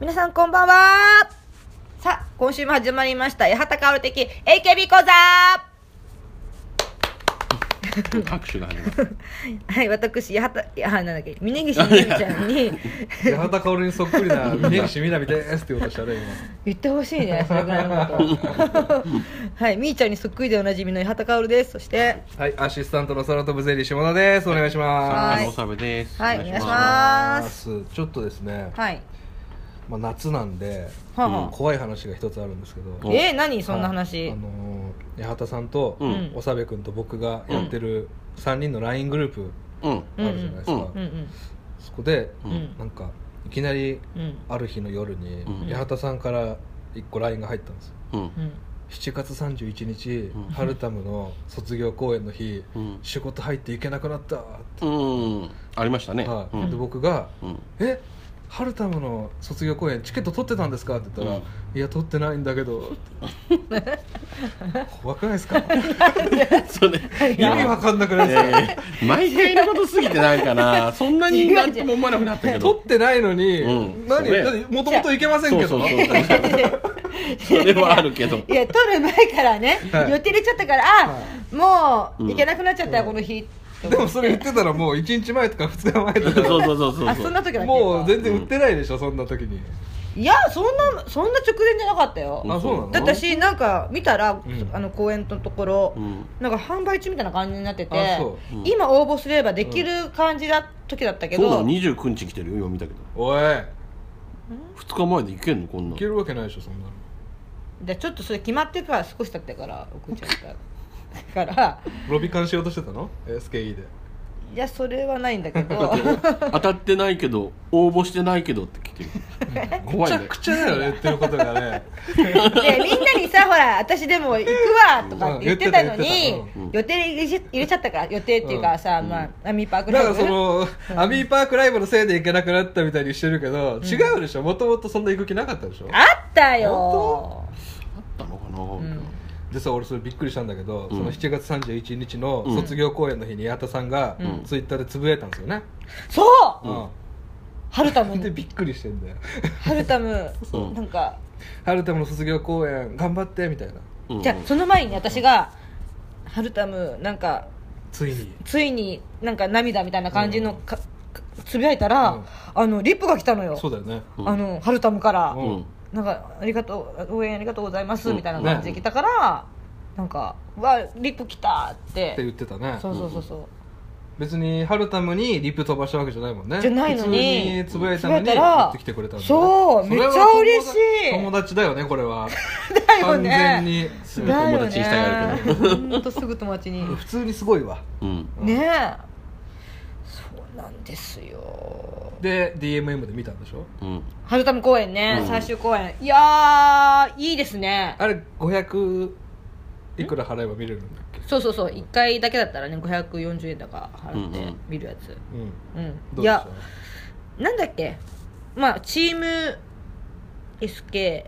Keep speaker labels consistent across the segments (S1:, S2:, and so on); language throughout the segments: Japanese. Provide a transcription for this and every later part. S1: 皆さんこんばんはさあ、今週も始まりました、八幡薫的 AKB 講座
S2: 拍手が始まる
S1: はい、私、八幡、あ、なんだっけ、峯岸みなみちゃんに
S3: 八幡薫にそっくりな峯岸みなみですって言おうとしたね
S1: 言ってほしい ね、それぐらいのこと。はい、みーちゃんにそっくりでおなじみの八幡薫です。そして、
S3: 今はいアシスタントの空飛ぶゼリー下田ですお願いしま
S2: あ
S1: はい
S2: のおさべです
S1: はいお願いし
S3: す
S1: ま
S3: ちょっとですね、
S1: はい。
S3: まあ、夏なんで、
S1: はあは
S3: 怖い話が一つあるんですけど
S1: あ、
S2: お
S1: えー、何そんな話、
S3: はいあのー八幡さんと、
S2: うん
S3: おさべ君と僕がやってる3人の LINE グループ
S2: うん
S3: あるじゃないですか、
S2: うん
S1: うんうん
S3: そこで、
S1: う
S2: う
S1: ん
S3: なんかいきなり
S1: うん
S3: ある日の夜に、
S2: うん
S3: 八幡さんから1個 LINE が入ったんです
S2: うん
S1: うん
S3: 7月31日、
S2: うん
S3: ハルタムの卒業公演の日、
S2: うん
S3: 仕事入っていけなくなった、
S2: うんありましたね
S3: はい
S2: うん
S3: で僕が
S2: うん
S3: 「えハルタムの卒業公演チケット取ってたんですか?」って言ったら「
S2: うん
S3: いや取ってないんだ けど」怖くないですか
S2: それ
S3: 意味わかんなくない
S2: い
S3: です
S2: や
S3: か
S2: いや毎回のことすぎてなんかなそんなになんとも思わなくなったけ
S3: 取
S2: ど
S3: ってないのに、
S2: うん
S3: 何
S2: そうね
S3: だってもともといけません
S2: そ
S3: け
S2: うそ
S3: ど
S2: うそうそれはあるけど
S1: いや撮る前からね、
S3: はい
S1: 予定入れちゃったからあ、もう
S2: うん
S1: 行けなくなっちゃったよ、この日
S3: でもそれ言ってたらもう1日前とか2日 前
S2: そう
S3: と
S2: そう
S3: か
S2: そうそうそう
S1: あそんな時だっけ
S3: もう全然売ってないでしょ、そんな時に
S1: いやそんなそんな直前じゃなかったよ、
S3: あそうなの
S1: だって私なんか見たら、
S3: うん
S1: あの公演のところ、
S2: うん
S1: なんか販売中みたいな感じになってて
S3: あそ、
S2: ううん
S1: 今応募すればできる感じだ時だったけ
S2: そうな
S1: ど、
S2: の29日来てるよ今見たけど
S3: おい
S2: 2日前で行けんのこんない
S3: けるわけないでしょそんなの
S1: でちょっとそれ決まってから少し経ってから送っちゃ ったから
S3: ロビカンしようとしてたの SKE で
S1: いやそれはないんだけ ど
S2: 当たってないけど応募してないけどって来てる怖いね
S3: めちゃくちゃだよね言ってることが ね
S1: でみんなにさほら私でも行くわとかって言ってたのに、
S3: うん言って
S2: たうん
S3: た言って
S1: 予定入れちゃ入れちゃったから予定っていうかさ、
S2: うん
S1: まあアミパーク
S3: だか
S1: ライ
S3: ら
S1: ブ
S3: その、アミーパークライブのせいで行けなくなったみたいにしてるけど、違うでしょもともとそんな行く気なかったでしょ
S1: あったよ
S2: あったのかな、
S3: でさ俺それびっくりしたんだけど、
S2: うん
S3: その7月31日の
S2: うん
S3: 卒業公演の日に八幡さんが、
S2: うん
S3: ツイッターでつぶやいたんですよね、
S1: そう
S2: うん
S1: ハルタム
S3: うんでびっくりしてんだよ
S1: ハルタム
S2: そう
S1: なんか、
S3: 春田の卒業公演頑張ってみたいな
S2: うん
S1: じゃあその前に私がハルタムなんか
S3: ついに
S1: ついになんか涙みたいな感じのか、かつぶやいたら、
S3: うん
S1: あのリップが来たのよ
S3: そうだよね
S1: あのハルタムから、
S3: う
S2: うん
S1: なんかありがとう応援ありがとうございます
S2: うん
S1: みたいな感じで来たから、なんかうわリップ来たって
S3: って言ってたね
S1: そうそうそうそう、
S3: 別に春田にリプ飛ばしたわけじゃないもんね
S1: じゃないのに
S3: 普通につぶやいたのに
S1: つぶやいたら
S3: やってきてくれたんだね
S1: そう
S3: れは
S1: めっちゃ嬉しい
S3: 友達友達だよねこれは
S1: だよね
S3: 完全に
S2: すぐ友達にしたがるけど
S1: だよねほんとすぐ友達に
S3: 普通にすごいわ
S2: うん
S3: うん
S1: ねえそうなんですよ
S3: で DMM で見たんでしょ
S2: うん
S1: ハルタム公演ね、
S2: うん
S1: 最終公演いやーいいですね
S3: あれ500いくら払えば見れるんだっけ
S1: そうそうそう1回だけだったらね540円だか払っ
S2: うんう
S1: て
S2: ん
S1: 見るやつ
S3: うん
S1: うん、
S3: どう
S1: い
S3: でし
S1: や
S3: た
S1: なんだっけまあチーム SK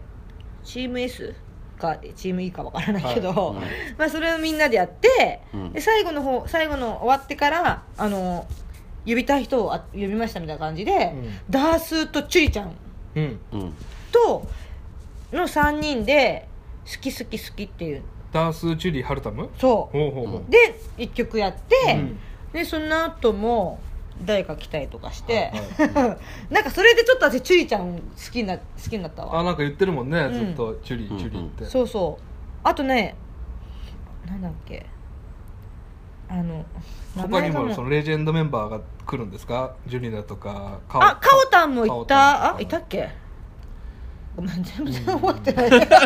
S1: チーム S かチーム E かわからないけど、
S2: いはい
S1: まあそれをみんなでやって、
S2: うん
S1: で最後の方最後の終わってからあの呼びたい人をあ呼びましたみたいな感じで、
S3: うん
S1: ダースとチュリちゃん
S3: うん
S2: うん
S1: との3人で「好き好き好き」っていう
S3: ダンスチュリーハルタム
S1: そ
S3: ほうほうほう
S1: うで1曲やって、
S3: うん
S1: でその後も誰か来たりとかして、
S3: は
S1: なんかそれでちょっと私チュリちゃん好きにな好きになった
S3: あ
S1: わ
S3: なんか言ってるもんね
S1: ん
S3: ずっとチュリーチュリーって
S1: そうそうあとねなんだっけあの名
S3: 他に
S1: 前が
S3: も
S1: う
S3: そのレジェンドメンバーが来るんですかジュニだとかカ
S1: あカオタンも
S3: カ
S1: い
S3: オタ
S1: た
S3: ンとか
S1: あいたっけごめん全然覚えてない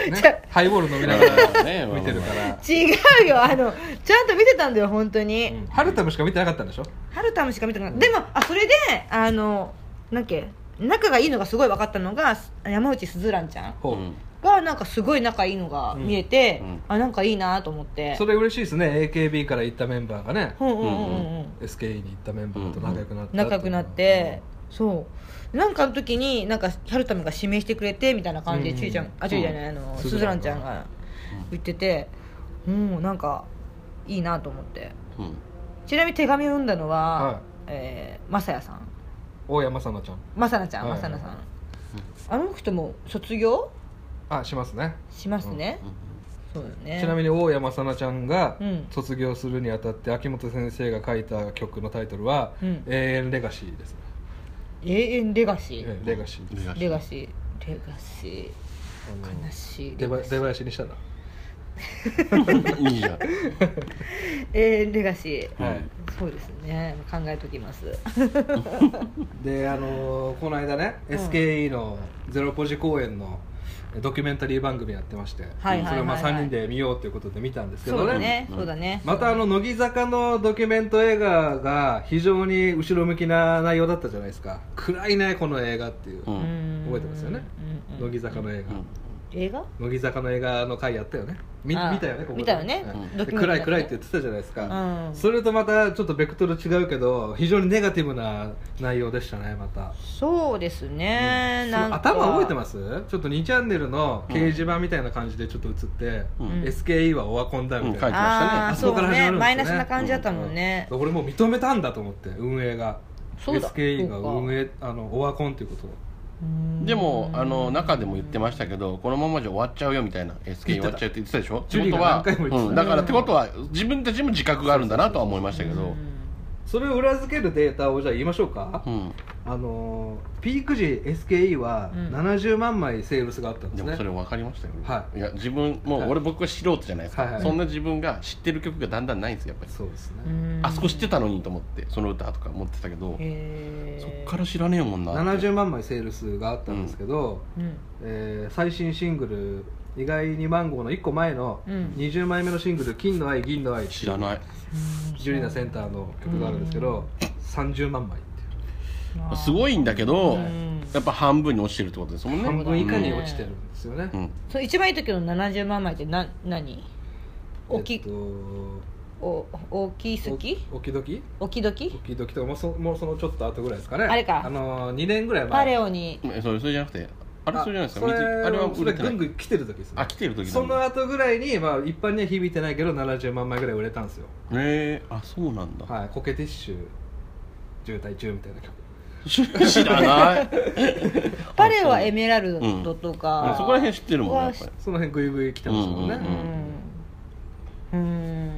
S1: じゃ
S3: ね、ハイボール飲みなが ら
S2: ね
S3: 見てるから、
S1: 違うよあのちゃんと見てたんだよ本当に、
S3: うん、ハルタムしか見てなかったんでしょ
S1: ハルタムしか見てなかった、でもあそれであのなんだっけ仲がいいのがすごい分かったのが山内すずらんちゃん
S3: ほう、
S2: うん
S1: がなんかすごい仲いいのが見えて、
S2: うんうん
S1: あなんかいいなと思って
S3: それ嬉しいですね AKB から行ったメンバーがね、
S1: うんうんうんうん
S2: うん
S1: うん
S3: SKE に行ったメンバーと仲良くなった
S1: 仲良くなって、そうなんかの時になんかハルタムが指名してくれてみたいな感じで
S3: うん
S1: ちゅいちゃん、あちゅいじゃないあの
S3: うん
S1: すずらんちゃんが言っててもうなんかいいなと思って
S2: うん
S1: ちなみに手紙を読んだのは、
S3: はい
S1: えー、まさやさん
S3: お大山さなちゃん
S1: まさなちゃん
S3: は
S1: ま
S3: い
S1: さなさん、あの人も卒業
S3: あしますね
S1: しますね、そうよね
S3: ちなみに大山さなちゃんが
S1: うん
S3: 卒業するにあたって秋元先生が書いた曲のタイトルは「
S1: うん
S3: 永遠レガシー」ですね
S1: 永遠レガシ
S3: え
S1: ー
S3: えレガシーです
S1: レガシーレガシ
S3: あ
S1: ー
S3: の
S1: 悲しい
S3: 出
S1: レ
S3: ば
S1: ガシー
S3: 出囃子にしたら
S2: ー いいじゃん
S1: 永遠レガシー、
S3: はい
S1: そうですね考えときます
S3: であのーこの間ね、
S1: うん
S3: SKE のゼロポジ公演のドキュメンタリー番組やってまして、
S1: はいはいはいはい
S3: それをまあ3人で見ようということで見たんですけ
S1: そ
S3: ど
S1: う
S3: ね
S1: だね、
S2: うん
S1: そうだね
S3: またあの乃木坂のドキュメント映画が非常に後ろ向きな内容だったじゃないですか暗いねこの映画っていう、
S2: う
S1: うんん
S3: 覚えてますよね
S1: うんうん
S3: 乃木坂の映画、
S1: 映画
S3: 乃木坂の映画の回やったよねみ
S1: ああ
S3: 見たよねここで
S1: 見たよね
S3: はい
S1: うん
S3: で
S1: ドキュメンタリー
S3: 暗い暗いって言ってたじゃないですか、
S1: うん
S3: それとまたちょっとベクトル違うけど非常にネガティブな内容でしたねまた
S1: そうですね、なんか
S3: 頭覚えてますちょっと2チャンネルの掲示板みたいな感じでちょっと映って、
S2: うん
S3: SKE はオワコンだみたい
S2: うん書いてました
S3: な、
S2: ね
S1: ああ
S3: あそ
S1: そ
S3: こ
S1: う
S3: から
S1: だ
S3: 始ま
S1: ね
S3: るんですね
S1: マイナスな感じだったもんね、
S3: 俺もう認めたんだと思って運営が
S1: そうだ
S3: SKE が
S1: そうか
S3: 運営あのオワコンっていうことを
S1: うん
S2: でもあの中でも言ってましたけどこのままじゃ終わっちゃうよみたいな SK 終わっちゃうって言ってたでしょ
S3: ジュリー
S2: って
S3: が
S2: ことは
S3: 何回も言ってた
S2: うんだからってことは自分たちも自覚があるんだなとは思いましたけど
S3: それを裏付けるデータをじゃあ言いましょうか、
S2: うん
S3: あのーピーク時 SKE は
S1: うん
S3: 70万枚セールスがあったん
S2: で
S3: で
S2: す
S3: ね、
S2: もそれ分かりましたよ、
S3: はい
S2: や自分もう
S3: はい
S2: 俺僕は素人じゃないですか、
S3: はいはい
S2: そんな自分が知ってる曲がだんだんないんですよやっぱり、
S3: そうです
S1: うん
S3: ね、
S2: あそこ知ってたのにと思ってその歌とか思ってたけ
S1: へ
S2: ど、
S1: え
S2: そっから知らねえもんなって
S3: 70万枚セールスがあったんですけど、
S1: うん
S3: えー最新シングル意外にマンゴーの1個前の
S1: うん
S3: 20枚目のシングル「金の愛銀の愛」
S2: 知らない
S3: ジュリナセンターの曲があるんですけど、30万枚っていう
S2: すごいんだけど、
S1: うん
S2: やっぱ半分に落ちてるってことですもんね
S3: 半分以下に落ちてるんですよね、
S2: うんうん
S1: そう一番いい時の70万枚ってな何大き,、
S3: えっと
S1: お大きすぎ
S3: おきどき
S1: 大き時
S3: おきどきとかもうそもうそのちょっと後ぐらいですかね
S1: あれか
S3: あのー、2年ぐらい前
S1: パレオに
S2: えそれそれじゃなくてあれそれじゃないですか
S3: あそれ
S2: 水あれは
S3: そ
S2: 売
S3: れ
S2: れて
S3: ぐ
S2: なんい
S3: ぐん来てる時ですね
S2: あ来てる時
S3: そ
S2: なん
S3: の
S2: だ
S3: 後ぐらいに、まあ、一般には響いてないけど70万枚ぐらい売れたんですよ
S2: えー、あそうなんだ、
S3: はいコケティッシュ渋滞中みたいな曲
S2: 知らない
S1: パレオはエメラルドと
S2: う
S1: か、
S2: んそこら辺知ってるもんねやっぱ
S1: う
S2: り
S1: わ
S3: その辺グイグイ来てましたもんね、
S2: うん
S1: うんうん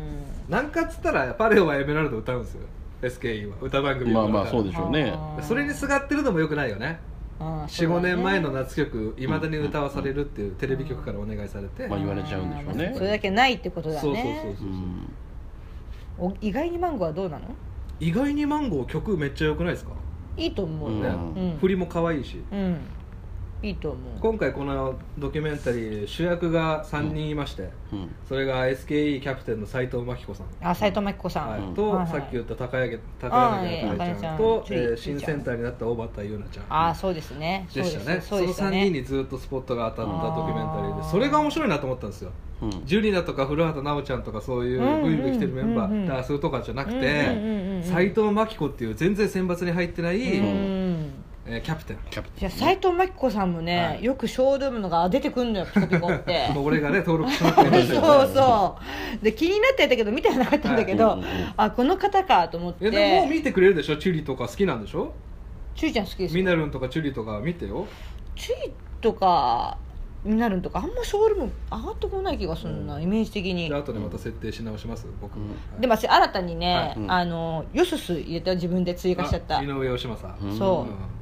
S3: なんかっつったらパレオはエメラルド歌うんですよ SKE は歌番組
S2: ま
S3: を
S2: あまあそうで
S1: で
S2: しょうね
S3: それにすがってるのもよくないよね45年前の夏曲いまだに歌わされるっていうテレビ局からお願いされて、
S2: まあ言われちゃうんでしょうね
S1: それだけないってことだね
S3: そうそうそう
S2: う
S3: そうん
S1: お意外にマンゴーはどうなの
S3: 意外にマンゴー曲めっちゃ良くないですか、
S1: いいと思う
S2: うん
S1: よ
S3: ね
S1: うん
S3: 振りも可愛いし
S1: うんいいと思う
S3: 今回このドキュメンタリー主役が3人いまして、
S2: うん
S3: それが SKE キャプテンの斎藤真紀子さん、
S1: あ斎藤真希子さん、
S3: はい、
S1: はい
S3: と
S1: はい
S3: さっき言った高柳高柳
S1: あー
S3: あ
S1: え
S3: か
S1: え
S3: ねちゃんと
S1: あ、かねちゃん
S3: えー
S1: ちゅい
S3: 新センターになった小畑優奈ちゃん
S1: ああそうですね
S3: でしたね
S1: そ
S3: そう
S1: で
S3: の
S1: した
S3: 3
S1: ね
S3: 人にずっとスポットが当たったドキュメンタリー
S1: あ
S3: で
S1: ー
S3: それが面白いなと思ったんですよ
S2: うん
S3: ジュリナとか古畑奈央ちゃんとかそういう
S1: うんうん
S3: グイグイ来てるメンバ
S1: うんうん
S3: ーダースとかじゃなく
S1: うんうんうんうん
S3: て斎藤真紀子っていう全然選抜に入ってない、
S1: うん
S3: えーキャプテン
S2: キャプテ
S1: いや斎藤真希子さんもね、
S3: はい
S1: よくショールームのが出てくんのよピコピコって
S3: 俺がね登録しまくりましたよ
S1: そうそうで気になってたけど見てはなかったんだけど、
S2: はいうんうんうん
S1: あこの方かと思って
S3: えでももう見てくれるでしょチュリとか好きなんでしょ
S1: ちゅいちゃん好きです
S3: ミナルンとかチュリとか見てよ
S1: チュイとかになるんとかあんまショールーム上がってこない気がするな、イメージ的に
S3: じゃあ後でまた設定し直します僕も
S1: でも私新たにね、
S3: はい
S2: うん
S1: あのヨスス入れた自分で追加しちゃった
S3: あ井上義政
S2: ン
S1: そ
S3: うん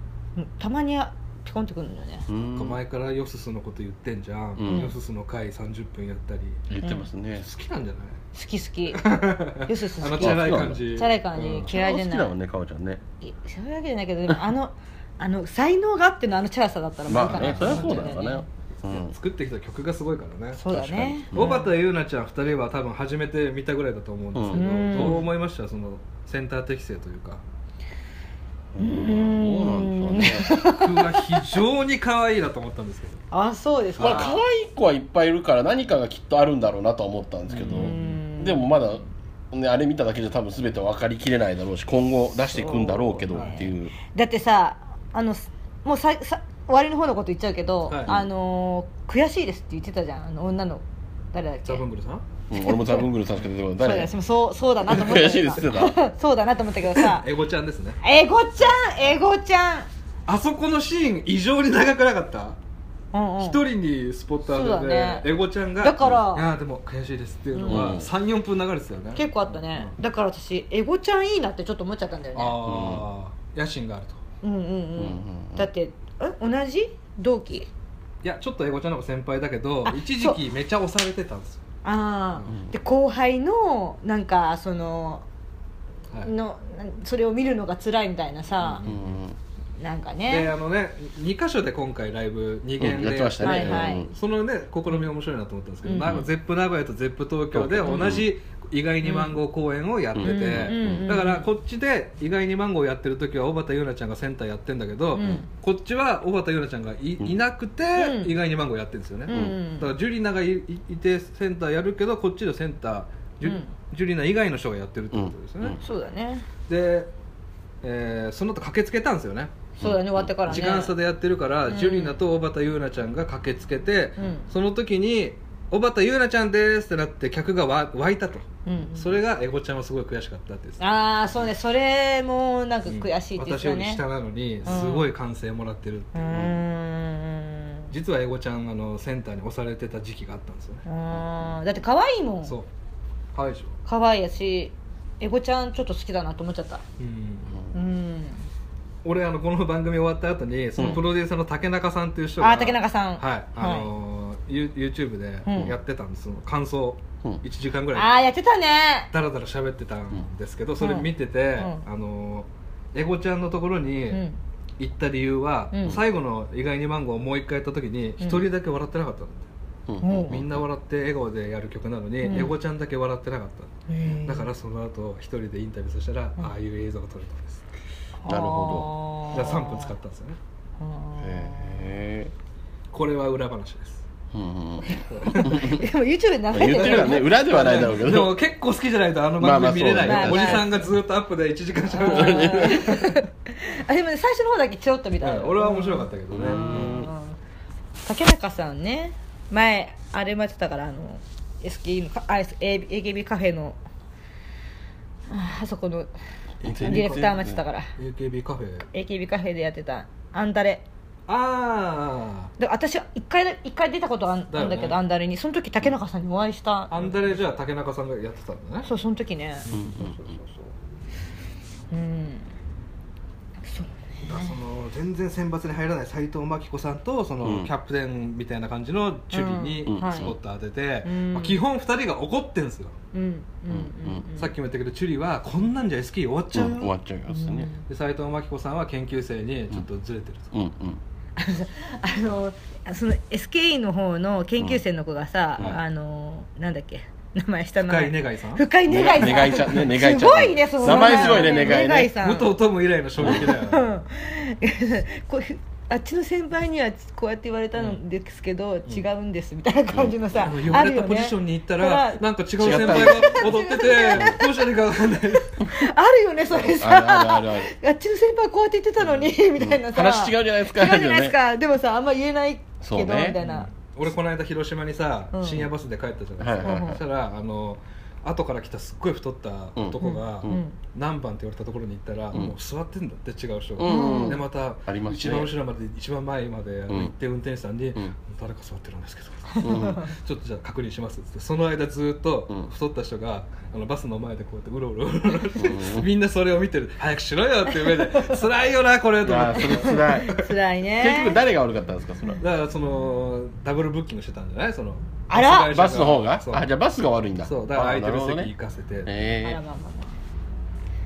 S1: たまにピコンってくるんだよね
S2: うん
S3: なんか前からヨススのこと言ってんじゃん、
S2: うん
S3: ヨススの回30分やったり
S2: 言ってますね
S3: 好きなんじゃない
S1: 好き好 きヨスス好
S3: あの
S1: きチ
S3: チャ
S1: ャ
S3: ラい感じ
S1: ラい感じ、
S3: うん
S1: 嫌いじゃ
S2: 好き
S1: な
S2: だ
S1: い
S2: もんねかおちゃんね
S1: いそういうわけじゃないけどで もあのあの才能があってのあのチャラさだったら
S2: まあ
S1: な
S2: ねそれはそうだよ
S1: と思
S2: ね
S1: ん
S2: う
S3: いや
S2: ん
S3: 作ってきた曲がすごいからね
S1: そうだね
S3: 小畑優奈ちゃん2人は多分初めて見たぐらいだと思うんですけど、
S1: うん
S3: どう思いましたそのセンター適性というか
S2: うんどうなんでしょうね
S3: 僕は非常に可愛いなと思ったんですけど
S1: あそうです
S2: まあ
S1: か
S2: 可愛い子はいっぱいいるから何かがきっとあるんだろうなとは思ったんですけど
S1: ん
S2: でもまだ、ね、あれ見ただけじゃ多分全て分かりきれないだろうし今後出していくんだろうけどっていう
S1: だってさあのもうささ終わりの方のこと言っちゃうけど、
S3: はい
S1: あのー悔しいですって言ってたじゃんあの女の誰だっけ
S3: ザブングルさん
S2: うん俺もザブングルさんしか出てこない
S1: そう
S2: 誰
S1: だ
S2: が
S1: 私もそうそうだなと思った
S2: 悔しいですって言ってた
S1: そうだなと思ったけどさ
S3: エゴちゃんですね
S1: エゴちゃんエゴちゃん
S3: あそこのシーン異常に長くなかった
S1: うんうん
S3: 一、人にスポット当
S1: そ
S3: て
S1: う
S3: て、
S1: だね
S3: エゴちゃんが
S1: だから
S3: いやーでも悔しいですっていうのは、
S2: うん
S3: 34分流れてたよね
S1: 結構あったね、だから私エゴちゃんいいなってちょっと思っちゃったんだよね
S3: ああ、野心があると
S1: うんうんうん、
S2: うんうんうん
S1: だってえ同じ同期
S3: いやちょっとエゴちゃんの方が先輩だけど
S1: あ
S3: 一時期めっちゃ押されてたんですよ、
S1: ああ、
S2: うん
S1: で後輩のなんかその
S3: はい
S1: のなんそれを見るのが辛いみたいなさ
S2: う、ん
S1: なんか
S3: で
S1: ね
S3: あのね2箇所で今回ライブ2
S2: う
S3: 限
S2: ん
S3: で、
S2: やってましたね、
S1: はいはい
S2: うん
S3: そのね試み面白いなと思ったんですけど、
S1: うん
S3: なゼップ名古屋とゼップ東京で同じ意外にマンゴー公演をやってて、
S1: うんうん
S3: だからこっちで意外にマンゴーやってる時は小畑優奈ちゃんがセンターやってんだけど、
S1: うん
S3: こっちは小畑優奈ちゃんがい,、
S2: ん
S3: いなくて
S1: うん
S3: 意外にマンゴーやってるんですよね、
S1: うんうん
S3: だからジュリナがいいいてセンターやるけどこっちでセンタージュ,、
S1: うん
S3: ジュリナ以外の人がやってるってことですよね、
S2: うんうん
S1: そうだね
S3: で、えーその後駆けつけたんですよね
S1: そうだね終わってからね
S3: 時間差でやってるから、
S1: うん
S3: ジュリナと小畑優奈ちゃんが駆けつけて、
S1: うん
S3: その時に「小畑優奈ちゃんです」ってなって客がわ湧いたと、
S1: うんうん
S3: それがエゴちゃんはすごい悔しかったって言ってた
S1: ああそうねそれもなんか悔しいって言って
S3: 私よ
S1: た
S3: り
S1: ね
S3: 下なのにすごい歓声もらってるって
S1: う
S3: いう、
S1: ーん
S3: 実はエゴちゃんあのセンターに押されてた時期があったんですよね、
S1: あーだって可愛いも
S3: そ
S1: ん
S3: う可愛いでしょ、
S1: 可愛いやしエゴちゃんちょっと好きだなと思っちゃった
S3: うん、
S1: うん
S3: 俺あのこの番組終わった後にそのプロデューサーの竹中さんっていう人が、
S1: あー竹中さん
S3: はい、あのーユ YouTube
S1: うん
S3: でやってたんです、その感想
S2: うん
S3: 1時間ぐ
S1: あ
S3: ら
S1: あ
S3: い
S1: やってたね
S3: だらだら喋ってたんですけど、それ見てて、
S1: うん
S3: あのーエゴちゃんのところ
S1: う
S3: に
S1: ん
S3: 行った理由は、
S1: うん
S3: 最後の「意外にマンゴー」をもう一回やった時に一人だけ笑ってなかったの、
S1: うん
S3: みんな笑って笑顔でやる曲なのに、
S1: うん
S3: エゴちゃんだけ笑ってなかった、
S1: へー
S3: だからその後一人でインタビューさせたら、
S1: うん
S3: ああいう映像が撮れたんです
S2: なる
S1: ほ
S3: じゃあ3分使ったんですよね
S2: へ
S3: これは裏話です
S2: えうんう
S1: で
S2: んうん
S1: も YouTube で流れてる
S2: 言ってるからね裏ではないだろうけ
S3: でも
S2: ど
S3: 結構好きじゃないとあの番組見れない、
S1: まあまあそう
S3: お
S1: だね
S3: じさんがずっとアップで1時間しゃべ
S1: あ
S3: ってる、
S1: ーあでもね最初の方だけちょろっと見た
S3: うん、俺は面白かったけどね、
S2: うん
S1: 竹中さんね前あれもやってたからあの SKE のかあ A- AKB カフェのああそこの
S2: デ
S1: ディレクター待ちだから
S3: AKB カフェ
S1: AKB カフェでやってたアンダレ
S3: あ
S1: で私は一回一回出たことがあん
S3: だ
S1: あ
S3: よ
S1: ん
S3: ね
S1: だけどアンダレにその時竹中さんにお会いした
S3: あアンダレじゃあ竹中さんがやってたんだね
S1: そうその時ね
S2: うんうん
S3: そうそ
S1: う
S3: う
S1: んそう
S3: だからその全然選抜に入らない斎藤真紀子さんとその、
S2: うん
S3: キャプテンみたいな感じのチュリに
S2: うんはい
S3: スポット当てて、
S1: うん
S3: まあ基本2人が怒ってんですよ、
S1: うんうんうんうん
S3: さっきも言ったけどチュリはこんなんじゃ SK 終わっちゃうよ、
S2: 終わっちゃうやつね
S3: で斎藤真紀子さんは研究生にちょっとずれてると、
S2: うんうん
S1: あのその SKE の方の研究生の子がさ、
S2: うんはい
S1: あのなんだっけ名前下の
S3: 深い願いさん
S1: 深い願いさん
S2: ね願いちゃんね願いちゃん
S1: すごいねその
S2: 名前すごいね願いね
S1: 願いさん
S3: 武藤友以来の衝 撃だよね、
S1: うん こうあっちの先輩にはこうやって言われたんですけど、違うんですみたいな感じのさ、
S3: でも言
S1: あ
S3: わ
S1: る
S3: れ
S1: よ
S3: た
S1: ね
S3: ポジションに行ったら
S1: だか
S3: なんか違う先輩が踊っててどうしたらいいか分かんない
S1: あるよねそれ
S2: あるある
S1: さ
S2: あるある
S1: あっちの先輩こうやって言ってたのに、み たいなさ
S2: 話違うじゃないですか
S1: 違うじゃないですか、でもさあんま言えないけど、
S2: そうね
S1: みたいな、
S3: 俺この間広島にさ、
S1: うん
S3: 深夜バスで帰ったじゃないですか、
S1: はいはいはい
S3: そしたらあの後から来たすっごい太った男が、
S2: うんうん
S3: 何番って言われたところに行ったら、
S2: ん
S3: もう座ってんだって違う人が、
S2: うん
S3: でまた
S2: あります
S3: 一
S2: ね
S3: 番後ろまで一番前まであの
S2: うん
S3: 行って運転手さんに、
S2: うん
S3: 誰か座ってるんですけど
S2: うん
S3: ちょっとじゃあ確認しますっつってその間ずっと
S2: うん
S3: 太った人があのバスの前でこうやってうろうろうろうろしてみんなそれを見てる早くしろよっていう目で辛いよなこれと思
S2: あ
S3: っ
S2: あ
S3: て
S2: それつらい結
S1: 辛い ね
S2: 局誰が悪かったんですかそれは
S3: だからそのダブルブッキングしてたんじゃないその
S1: あら
S3: バス会社
S2: バスの方が
S3: そう
S2: あじゃあバスが悪いんだ
S3: そうだから空いてる
S2: あな
S3: 席
S2: ほ
S3: 行
S2: どね
S3: かせて、
S1: あらま
S2: え
S1: あまあまあ
S2: え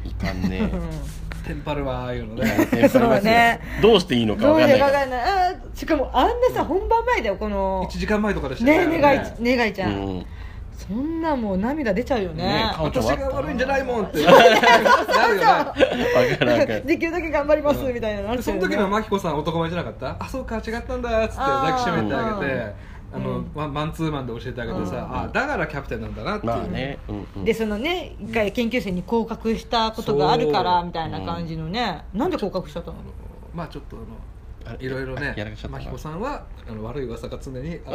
S2: いかんね
S3: テンパるわああいうのね
S2: 先輩がねどうしていいのか
S1: どう
S2: わか
S1: い
S2: んな
S1: う
S2: い
S1: かわ
S2: から
S1: かんないあーしかもあんなさ、本番前だよこの
S3: 1時間前とかでした
S1: ねえ願い
S3: ね
S1: ち願いちゃん、
S2: うん
S1: そんなもう涙出ちゃうよね
S2: ねえ顔
S3: 私が悪いんじゃないもんってなるよ
S2: わ
S3: ね
S2: からんわから ん
S1: できるだけ頑張ります、
S3: うん
S1: みたいなのあ
S3: で
S1: るけど
S3: そ
S1: ね
S3: の時の真紀子さん男前じゃなかったあそうか違ったんだっつって
S1: あー
S3: 抱きしめてあげて
S1: うん
S3: あの、ワンマンツーマンで教えてあげてさ、あだからキャプテンなんだなっていう、
S2: まあねうんうん
S1: でそのね一回研究生に降格したことがあるから
S3: そう
S1: みたいな感じのね、なんで降格しちゃったの
S3: あのまあちょっとあの
S2: あれ
S3: いろいろね
S2: あやらかしちゃった
S3: マキコ
S2: な
S3: さんはあの悪い噂が常に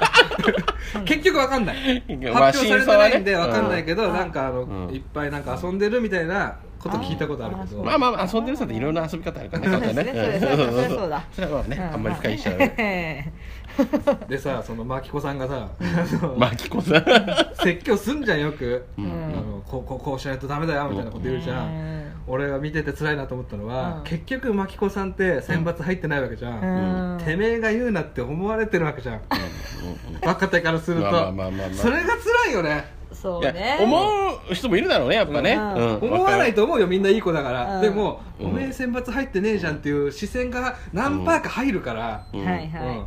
S3: あ結局わかんない発
S2: まあ
S3: 表されてないんで
S2: 真相は
S3: わ
S2: ね
S3: かんないけど、
S1: うん
S3: なんかあの、
S2: うん
S3: いっぱいなんか遊んでるみたいなこと聞いたことあるけど
S2: まあまあ遊んでる人っていろんな遊び方あるからね。
S1: そうですね
S2: ん
S1: そうですそうですそうだ
S2: それはまあね、あんまり深いし ちゃう。
S3: でさそのマキコさんがさあの
S2: マキコさん。
S3: 説教すんじゃんよく、
S2: う
S3: あ
S1: ん
S2: ん。
S3: のこうこうこうしないとダメだよみたいなこと言うじゃん、
S1: ん
S3: 俺が見てて辛いなと思ったのは、
S1: うん
S3: 結局マキコさんって選抜入ってないわけじゃん、
S1: うん
S3: てめえが言うなって思われてるわけじゃん 若手からする
S2: ま
S3: と、
S2: あまあまあまあ
S3: それが辛いよね
S1: そう
S2: い
S1: ね
S2: や思う人もいるだろうね、やっぱね。
S1: うん
S2: うん
S3: 思わない。と思うよみんないい子だから、
S1: うん
S3: でも、
S2: うん
S3: おめえ選抜入ってねえじゃんっていう視線が何パーか入るから、
S2: うん
S1: はいは
S3: う
S1: い、
S3: ん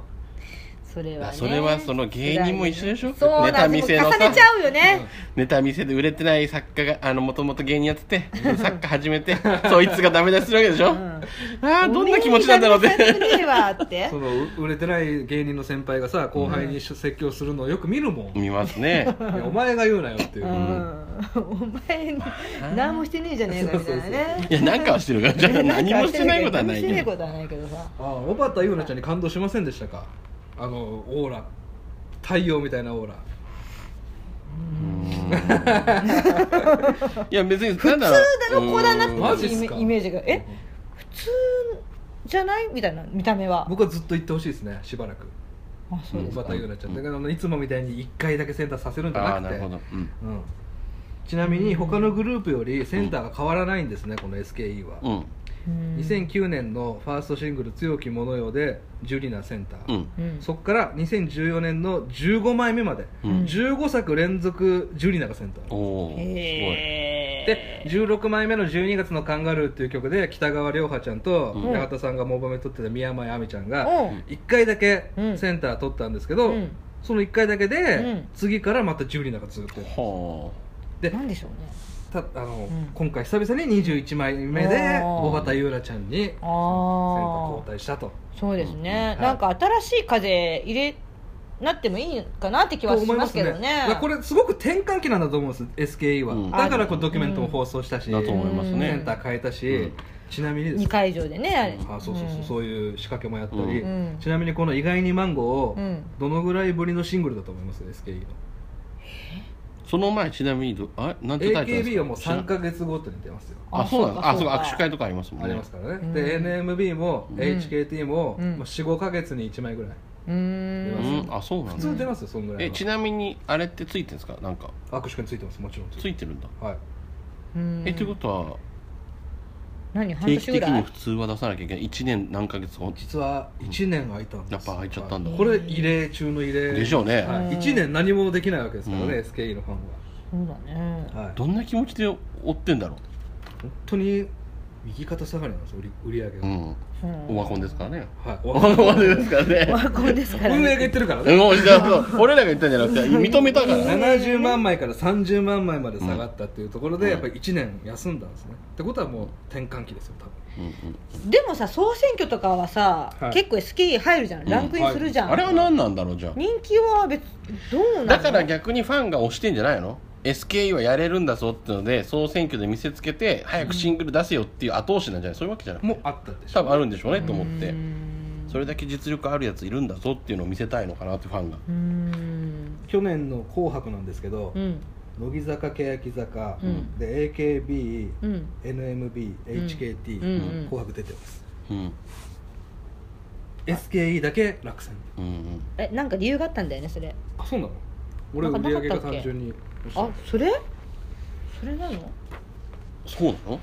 S1: それはね
S2: それはその芸人も一緒でしょ
S1: そう
S2: ネ
S1: な
S2: タ
S1: ん
S2: 見
S1: です
S2: せ
S1: よ
S2: の
S1: 重
S2: さ
S1: ねちゃうよね、
S2: ネタ見せで売れてない作家が、あの、もともと芸人やってて、 サッカー始めて、そいつがダメ出しするわけでしょ
S1: ん
S2: ああ、どんな気持ちなんだろう
S1: お
S2: っ
S1: めえに
S2: て。
S1: 何もされてねえわって
S3: その売れてない芸人の先輩がさ後輩に説教するのをよく見るもん、い
S2: 見ますね。
S3: やお前が言うなよっていう、
S1: うんお前に何もしてねえじゃねえかみたいなね
S2: いや、なんかはしてる から、じゃあ何もしてないことはない
S1: 何もしてね
S2: け
S1: えこ
S2: ど。
S1: とはないけどさ
S3: ああ小畑優奈ちゃんに感動しませんでしたかあのオーラ太陽みたいなオーラ
S2: いや、別に、普
S1: 普通の子だな
S3: マ
S1: って
S3: ジ
S1: い
S3: っす
S1: う
S3: か
S1: イメージがえ普通じゃないみたいな見た目は
S3: 僕はずっと言ってほしいですねしばらく
S1: あそうです
S3: 小
S1: か
S3: 畑優奈ちゃんだからあのいつもみたいに1回だけセンターさせるんじ
S2: ああ
S3: ゃ
S2: ーな
S3: なく
S2: る
S3: て
S2: ほど、うん
S3: うんちなみに他のグループよりセンターが変わらないんですね、この SKE は、
S2: うん
S1: うん
S3: 2009年のファーストシングル「強きものよ」でジュリナセンター、
S2: うん
S1: うん
S3: そっから2014年の15枚目まで、
S2: うん
S3: 15作連続ジュリナがセンター、
S2: おおー
S1: へ
S3: で16枚目の12月のカンガルーっていう曲で北川涼波ちゃんと
S2: うん
S3: 八幡さんがモバメ撮ってた宮前亜美ちゃんが
S1: おう
S3: 1回だけ
S1: うん
S3: センター取ったんですけど、
S1: うん
S3: その1回だけで、
S1: うん
S3: 次からまたジュリナがずっと
S2: すごいは
S3: で
S1: なんでしょうね
S3: たあの、
S1: うん
S3: 今回久々に21枚目
S1: お
S3: で
S1: ー
S3: 小畑優奈ちゃんにセンタ
S1: あ
S3: ー交
S1: あ
S3: 代したと
S1: そうですね、
S3: うん
S1: なんか新しい風入れなってもいいかなって気はしますけどね
S3: だからこれすごく転換期なんだと思うんです SKE は、
S2: うん
S3: だからこうドキュメントも放送したし、
S2: だと思いますね
S3: センター変えたし、
S2: うん
S3: ちなみにですね
S1: 2会場でねあれ
S3: あそうそうそう、
S1: ん
S3: そういう仕掛けもやったり、
S1: うん
S3: ちなみにこの「意外にマンゴー」を
S1: うん
S3: どのぐらいぶりのシングルだと思います SKE の
S2: いその前ちなみにどあなんてタイトルですか
S3: AKB はもう3か月ごとに出ますよ
S2: あそうなんですあそうか
S1: か
S2: 握手会とかありますもん
S3: あ
S2: ね
S3: りますからね、
S1: うん
S3: で NMB も
S2: うん
S3: HKT も、
S1: うん
S3: まあ、45か月に1枚ぐらいう
S1: ー
S2: うんんあそうなん
S3: 普
S2: だ
S3: 通出ますよそんぐらい
S2: え
S3: は
S2: ちなみにあれってついてるんですかなんか
S3: 握手券ついてますもちろんつい
S2: つ
S3: て
S2: いてるんだ
S3: ますはい
S1: うん
S2: えということは
S1: 何半
S2: 定期
S1: 年ぐら
S2: 的に
S1: い
S2: 普通は出さなきゃいけない1年何ヶ月後
S3: 実は1年空いたんです
S2: やっぱ空いちゃったんだ
S3: はいこれ異例中の異例
S2: でしょうね
S3: はい、
S1: うん
S3: 1年何もできないわけですからね、
S2: うん
S3: SKE のファン
S1: そうだね
S3: は、はい、
S2: どんな気持ちで追ってんだろ
S3: 本当に右肩下がりなんですよ売り売り上げ
S2: うう
S3: が、
S2: んオワコンですからね
S3: はい
S2: オワコンですから
S1: オ
S2: ね
S1: ワコンですから
S3: 運営が
S1: ね
S3: 言ってるからね
S2: もうじゃあそう俺らが言ったんじゃなくて認めたからね
S3: 70万枚から30万枚まで下がったっていうところ
S2: う
S3: で、
S2: ん
S3: やっぱり1年休んだんですねってことはもう転換期ですよ多分
S2: うんうん
S1: でもさ総選挙とかはさ、
S3: はい
S1: 結構スキー入るじゃん
S2: ん
S1: ランクインするじゃん、
S2: あれは何なんだろうじゃあ
S1: 人気は別どうなの
S2: だから逆にファンが押してんじゃないの SKE はやれるんだぞってので総選挙で見せつけて早くシングル出せよっていう後押しなんじゃないそういうわけじゃなく
S3: も
S2: て
S3: うあったでしょ
S2: 多分あるんでしょうねと思って
S1: うん
S2: それだけ実力あるやついるんだぞっていうのを見せたいのかなってファンが
S1: うん
S3: 去年の「紅白」なんですけど、
S1: うん
S3: 乃木坂欅坂、
S1: うん
S3: で AKB、
S1: うん、
S3: NMB、HKT、
S1: うんうん
S3: 紅白出てます
S2: うん、
S3: SKE だけ落選
S2: うんうん、
S1: えなんか理由があったんだよねそれ
S3: あそうなの俺
S1: な
S3: 売
S1: んか
S3: り
S1: なか
S3: 上
S1: ったっけ
S3: げが単純に
S1: あそれそれなの
S2: そうなの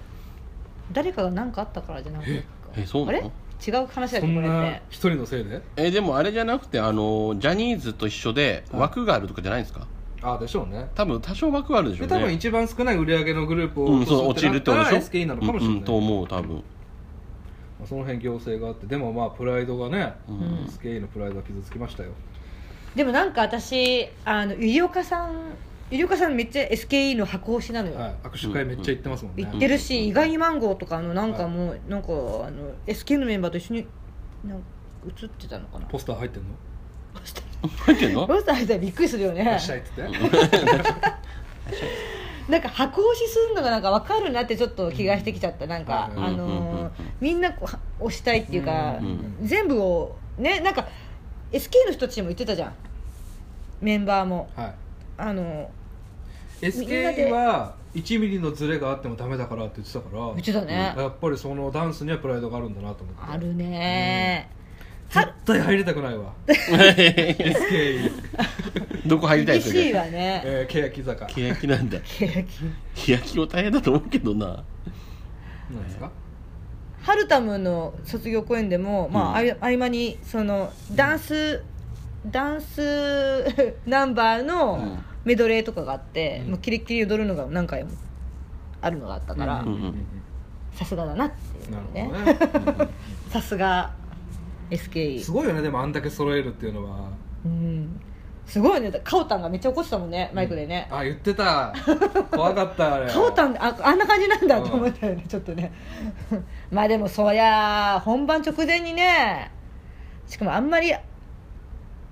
S1: 誰かが何かあったからじゃなくて
S2: えそうな
S1: あれ
S2: の
S1: 違う話だ
S3: そ
S1: と思
S3: ん
S1: っ
S3: な
S1: て
S3: 一人のせいで
S2: えでもあれじゃなくてあのジャニーズと一緒で
S3: はい
S2: 枠があるとかじゃないんですか
S3: あでしょうね
S2: 多分多少枠はあるでしょ
S3: で
S2: う
S3: 多分
S2: ね
S3: 一番少ない売り上げのグループを
S2: うん、そう落ちるってことでしょ
S3: SKE なのかもしれ
S2: う
S3: なんい、
S2: うんと思う多分
S3: まあその辺行政があってでもまあプライドがね、
S2: うん
S3: SKE のプライドは傷つきましたよ
S1: でもなんか私あの入岡さん入岡さんめっちゃ SKE の箱推しなのよ、
S3: はい、握手会めっちゃ行ってますもんね、
S1: 行ってるし、
S2: うん
S1: 意外にマンゴーとかのなんかもう、なんかあの SKE のメンバーと一緒になんか映ってたのかな
S3: ポスター入ってんの
S2: 入ってんの
S1: ロスター入ったらびっくりするよ
S3: いら
S1: ね
S3: っしゃいっつって、
S1: いなんか箱押しするのがなんか分かるなってちょっと気がしてきちゃったなんか、
S3: うん
S1: あ
S2: うんうんうん
S1: のーみんなこう押したいっていうか、
S2: うん
S1: 全部をねなんか SK の人たちも言ってたじゃんメンバーも
S3: はい
S1: あの
S3: SKE は1ミリのズレがあってもダメだからって言ってたから
S1: 言ってたね、
S3: やっぱりそのダンスにはプライドがあるんだなと思って
S1: あるねー、
S3: 絶対入りたくないわ SKE、
S2: どこ入りたい
S1: 厳
S2: です
S1: しい
S2: か
S1: わね
S3: えー、欅坂
S2: ケヤキなんだ
S1: 欅
S2: ケヤキも大変だと思うけどな
S3: なんですか
S1: ハルタムの卒業公演でも、まあ、あい合間にそのダンスダンス ナンバー
S2: うん
S1: のメドレーとかがあって、
S3: うん
S1: もうキレッキレ踊るのが何回もあるのがあったから、
S2: うん
S1: さすがだなっていう
S3: な
S1: の
S3: るほど
S1: ね
S3: ね
S1: さすが
S3: す
S1: SKE
S3: ごいよねでもあんだけ揃えるっていうのは
S1: うんすごいねカオタンがめっちゃ怒ってたもんねマイクでね、
S3: あ言ってた怖かったあれ
S1: カオタ
S3: ン
S1: ンああんな感じなんだと思ったよね、ちょっとね まあでもそりゃあ本番直前にねしかもあんまり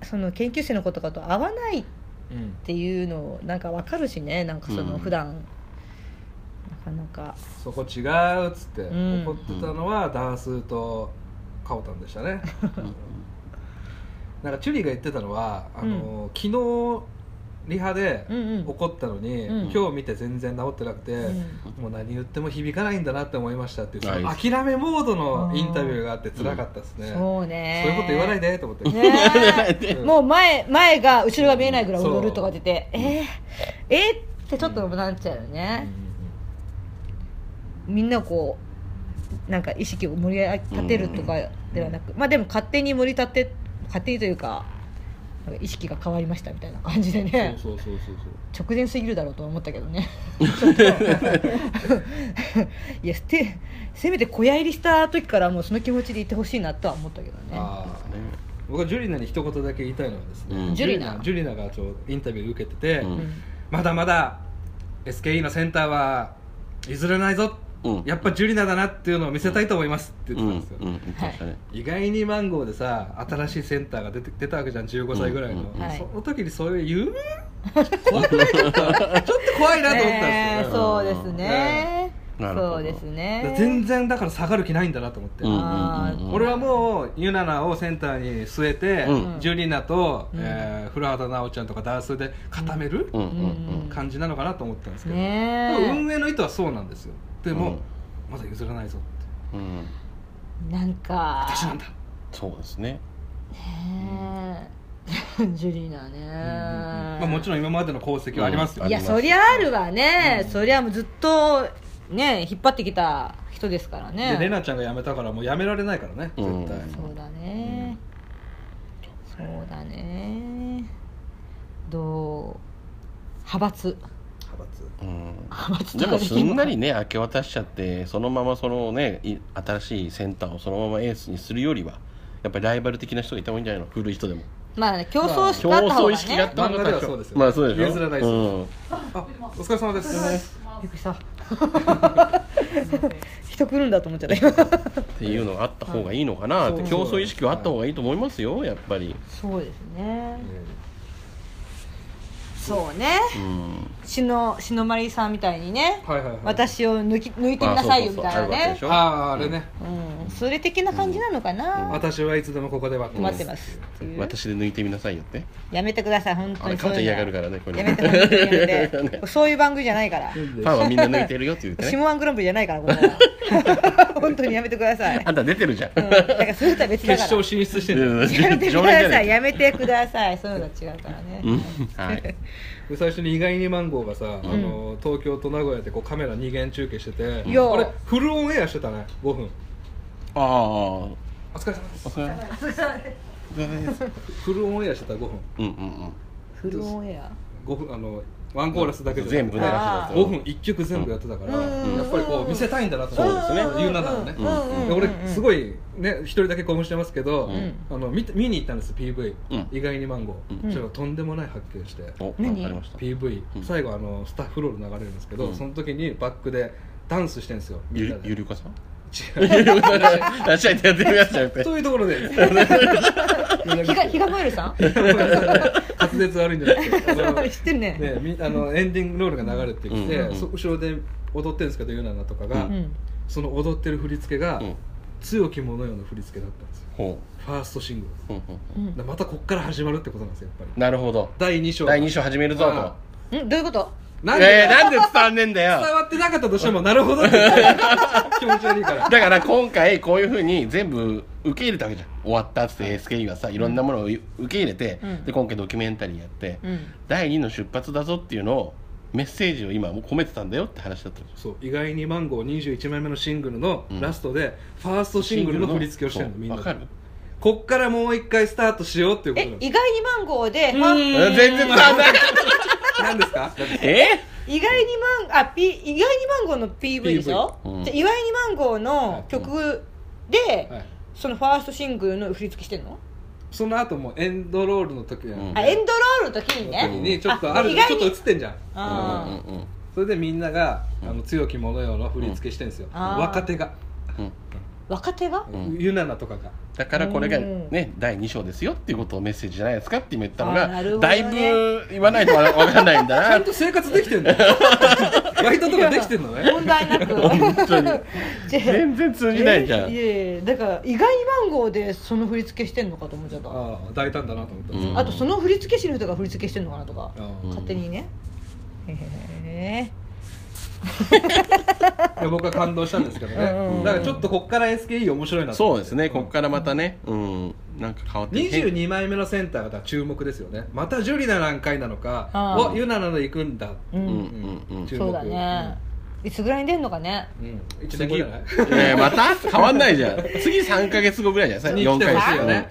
S1: その研究生の子とかと合わないっ
S3: うん
S1: ていうのをなんかわかるしねなんかそ
S2: うん
S1: の普段、なかなか
S3: そこ違うっつって
S1: うん
S3: 怒ってたのはダースとカオタンでしたねなんかチュリーが言ってたのはあの、昨日リハで
S1: うんうん
S3: 怒ったのに、
S1: うん
S3: 今日見て全然治ってなくて、
S1: う
S3: もう何言っても響かないんだなって思いましたっていうそ
S2: あいい
S3: の
S2: で
S3: 諦めモードのインタビューがあって辛かったですね、そう
S1: そうね
S3: いう こと言わないでと思って、
S1: ね え
S3: うん
S1: もう前前が後ろが見えないぐらい踊るとか出てえー、えーってちょっとなっちゃうよ
S3: うんう
S1: ね
S3: ん、
S1: みんなこうなんか意識を盛り立てるとかではなく、まあでも勝手に盛り立て勝手にというかなんか意識が変わりましたみたいな感じで
S3: う
S1: ね
S3: んそうそうそうそう
S1: 直前すぎるだろうとは思ったけど ねいやしてせめて小屋入りした時からもうその気持ちでいてほしいなとは思ったけどね
S3: ああ僕はジュリナに一言だけ言いたいのはですね、
S2: うん
S1: ジュリナ
S3: ジュリナがちょうどインタビュー受けてて、
S2: うん
S3: まだまだ SKE のセンターは譲れないぞ、
S2: うん
S3: やっぱジュリナだなっていうのを見せたいと思いますって
S2: う
S3: 言っ
S2: ん
S3: て
S2: う
S3: たん
S2: ん
S3: です
S2: 言
S3: よ、
S2: ってましたね
S3: 意外にマンゴーでさ新しいセンターが出て出たわけじゃん15歳ぐらいの、
S2: うんうん
S1: はい
S3: その時にそういう言う怖くないちょっとちょっと怖いなと思ったん
S1: ね
S3: ですよ、
S1: そうですね、
S2: うんなるほど
S1: そうですね
S3: 全然だから下がる気ないんだなと思って、
S2: うんうん
S1: あ
S2: うん
S1: ー
S2: うん
S3: 俺はもうユナナをセンターに据えて、
S2: うん
S3: ジュリナと、
S1: うん
S3: えー古畑奈央ちゃんとかダースで固める
S2: うんうんうん
S3: 感じなのかなと思ったんですけど、
S1: ね
S3: で
S1: え
S3: も運営の意図はそうなんですよでも、
S2: うん
S3: まだ譲らないぞって
S2: うん
S1: なんか
S3: 私なんだ
S2: そうですね
S1: ねえジュリーナね、
S3: まあ、もちろん今までの功績はありますよ、
S2: うん
S1: いやそりゃあるわね、そりゃもうずっとね引っ張ってきた人ですからね
S3: でレナちゃんが辞めたからもう辞められないからね絶対、
S2: うん
S1: そうだね、そうだねどう派閥
S3: 派閥
S2: うん
S1: 派閥
S2: で
S1: とか
S2: も
S1: です
S2: んなりね明け渡しちゃってそのままそのねい新しいセンターをそのままエースにするよりはやっぱりライバル的な人がいた方がいいんじゃないの古い人でも
S1: まあね競争し
S2: 競
S1: があった方
S2: 争
S1: が
S2: 意
S1: ね
S2: 識があった方が
S3: 漫画ではそうですよ
S2: まあそうでしょ
S3: 譲らないです
S2: うん
S3: あお疲れ様です
S1: びっくりした 人来るんだと思っちゃった今
S2: っていうのがあった方がいいのかなって
S3: はい
S2: 競争意識はあった方がいいと思いますよやっぱり
S1: そうですねそうね
S2: うん
S1: しのしのまりさんみたいにね、
S3: はいはいはい
S1: 私を抜き抜いてみなさいよみ
S2: まあ
S1: た
S2: そう
S1: いな
S2: そうそうあるわけで
S1: ね
S2: しょ
S3: あああれね、
S1: うんそれ的な感じなのかな、
S3: 私はいつでもここで待ってま
S1: 待っ
S3: す
S1: てますっていう
S2: 私で抜いてみなさいよって
S1: やめてください本
S2: あ
S1: 当
S2: れ
S1: に
S2: か
S1: そ
S2: お
S1: う
S2: ち
S1: い
S2: ゃん
S1: う
S2: 嫌
S1: の
S2: がるからねこれ
S1: やめて本当にやめ てそういう番組じゃないから
S2: ファンはみんな抜いてるよって言ってね
S1: シモワングランプリじゃないからこれは 本当にやめてください、
S2: あんた出てるじゃん
S1: うん、だからそれとは別
S3: 決
S1: だから
S3: 勝進出してんだよ
S1: やめてくだ
S2: 常連じゃな
S1: さい
S2: い
S1: やめてくださいそういうのは違うからね、
S2: うんはい
S3: で最初に意外にマンゴーがさ、あの東京と名古屋でこうカメラ二元中継してて、
S1: いや
S3: あれフルオンエアしてたね5分
S2: ああ
S3: お疲れ様です
S2: お疲れ様です
S3: フルオンエアしてた5分
S2: うんうん
S1: フルオンエア
S3: 5分あのワンコーラスだけ
S2: う
S3: じ
S2: ん
S3: ゃ
S2: 全
S3: なく
S2: 部流
S3: て
S2: してた
S1: あ
S2: や
S3: 5分1曲全部やってたから、
S1: うん
S3: やっぱりこう見せたいんだなと思って
S2: そうですね
S3: 言うならね、
S1: うんうん
S3: で俺すごいね一人だけ興奮してますけど、
S2: ん
S3: あの見て見に行ったんです PV、
S2: うん
S3: 意外にマンゴー、
S1: うん
S3: そしたらとんでもない発見して、
S2: つお
S1: 何
S2: わかりました
S3: PV、
S2: うん
S3: 最後あのスタッフロール流れるんですけど、
S2: うん
S3: その時にバックでダンスしてるんですよみん
S2: ゆ
S3: な
S2: り
S3: で
S2: ゆり おかさん
S3: 違う
S2: 出しちゃってやってるやつじゃなくて
S3: というところでや
S1: ひがひがもえるさん
S3: 滑舌悪いんじゃなくてあの
S1: 知ってるね
S3: ね、みあのエンディングロールが流れてきて、
S2: うん
S3: そ後ろで踊ってるんですけどユナナとかが、
S2: う
S1: うん
S3: その踊ってる振り付けが、
S2: うん
S3: 強き者よの振り付けだったんですよ
S2: ほ
S3: ファーストシングル
S2: ううん
S1: う
S2: うん
S1: ん
S3: だからまたこっから始まるってことなんですよやっぱり
S2: なるほど
S3: 第2章
S2: 第2章始めるぞと
S3: あ
S1: うんどういうこと
S3: なんで、
S2: えー、なんで伝わんねえんだよ
S3: 伝わってなかったとしてもなるほどって言って気持ち悪いから
S2: だから今回こういうふうに全部受け入れたわけじゃん終わったっつって SKE はさいろんなものを受け入れて、
S1: うん
S2: で今回ドキュメンタリーやって、
S1: うん
S2: 第2の出発だぞっていうのをメッセージを今もう込めてたんだよって話だったの
S3: そう意外にマンゴー21枚目のシングルの
S2: うん
S3: ラストで、ファーストシングルの振り付けをしてるの
S2: そう
S3: みんな
S2: わかる
S3: こっからもう一回スタートしようっていうこと
S1: え
S3: なんです
S1: 意外にマンゴーで
S3: う
S1: ま
S3: ん
S2: 全然伝わんない
S3: 何ですか
S2: え
S1: 意外にマンあ、P、意外にマンゴーの PV でしょ、
S2: PV うん
S1: じゃあ意外にマンゴーの曲で、
S3: はい
S1: そのファーストシングルの振り付けしてんの、
S3: その後もエンドロールの時や
S2: うん
S1: あエンドロールの時にね
S3: 時にちょっとある
S1: 意
S3: ち
S1: 外
S3: ょっ
S1: に
S3: と映ってんじゃん
S1: あー
S2: うんうんうん
S3: それでみんなが「あの強き者よ」の振り付けしてるんですよ、
S1: うんあー
S3: 若手が、
S2: うん
S1: 若手が
S2: うん
S3: ユナナとかが
S2: だからこれが
S1: うん
S2: ね第2章ですよっていうことをメッセージじゃないですかって今言ったの
S1: あ
S2: が、
S1: なるほど
S2: だ
S1: ね
S2: いぶ言わないとわわかんないん
S3: ちゃ
S2: だ
S3: ん
S2: な
S3: と生活で きてんのバイトとかできてんのね
S1: 問題なく
S2: 本当に
S1: じゃあ
S2: 全然通じないじゃん
S1: えいやいやだから意外にマンゴーでその振り付けしてんのかと思っちゃった、
S3: ああ大胆だなと思ったんです
S2: うん
S1: あとその振り付け師の人が振り付けしてんのかなとか、
S3: あ
S2: うん
S1: 勝手にねへ
S3: あいや僕は感動したんですけどね、
S1: うん
S3: だからちょっとこっから SKE 面白いなと思
S2: そう
S3: って
S2: ですねここからまたねうんなんか変わって変
S3: 22枚目のセンターがだから注目ですよねまたジュリナ何回なのか
S1: ああ
S3: おユナナで行くんだ、
S1: え、う
S2: うん
S1: ん
S2: うんうん
S3: 注目
S1: そうだね、いつぐらいに出るのかね
S3: うんうん1年
S2: 次
S3: 後じゃない
S2: えーまた変わんないじゃん次3か月後ぐらいじゃない
S3: に
S2: ですか
S3: 来てほしい
S2: 回
S3: よね
S1: 3ヶ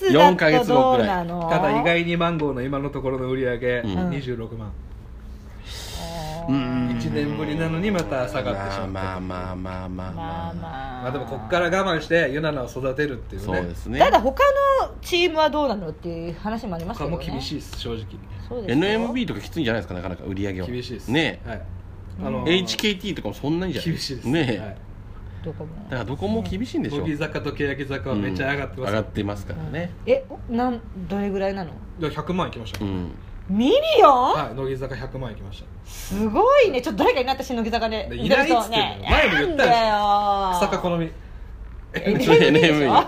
S1: 月
S2: 4ヶ
S1: だと
S2: 月後
S1: ど
S2: く
S1: う
S2: ら
S1: ないの
S3: ただ意外にマンゴーの今のところの売り上げ
S2: うん
S3: 26万、
S1: あー
S2: うん
S3: 一年ぶりなのにまた下がってしまった
S2: まあまあまあまあ
S1: まあ
S2: まあ
S1: まあ
S3: まあでもこっから我慢してユナナを育てるっていうね
S2: そうですね
S1: ただ他のチームはどうなのっていう話もありますけ
S3: 他
S1: どね
S3: も厳しいです正直
S1: そうですよ
S2: NMB とかきついんじゃないですかなかなか売り上げは
S3: 厳しいです
S2: ね
S3: はいあの
S2: HKT とかもそんなんじゃない
S3: 厳しいです
S2: ねえ、
S3: はい
S1: どこも
S2: だからどこも厳しいんでし
S3: 乃
S2: ょ
S3: 木坂と欅坂はめっちゃ上がってます、
S2: 上がってますからね
S1: えなんどれぐらいなの
S3: いや100万いきました、
S2: うん
S1: ミリオン、
S3: はい乃木坂100万いきました
S1: すごいねちょっと誰かいな私乃木坂で
S3: でいないっつってんの前も言ったでし
S1: な
S3: ょ
S1: ん
S3: 草
S1: だ
S3: 加
S1: よ
S3: 好み
S1: え
S2: NMB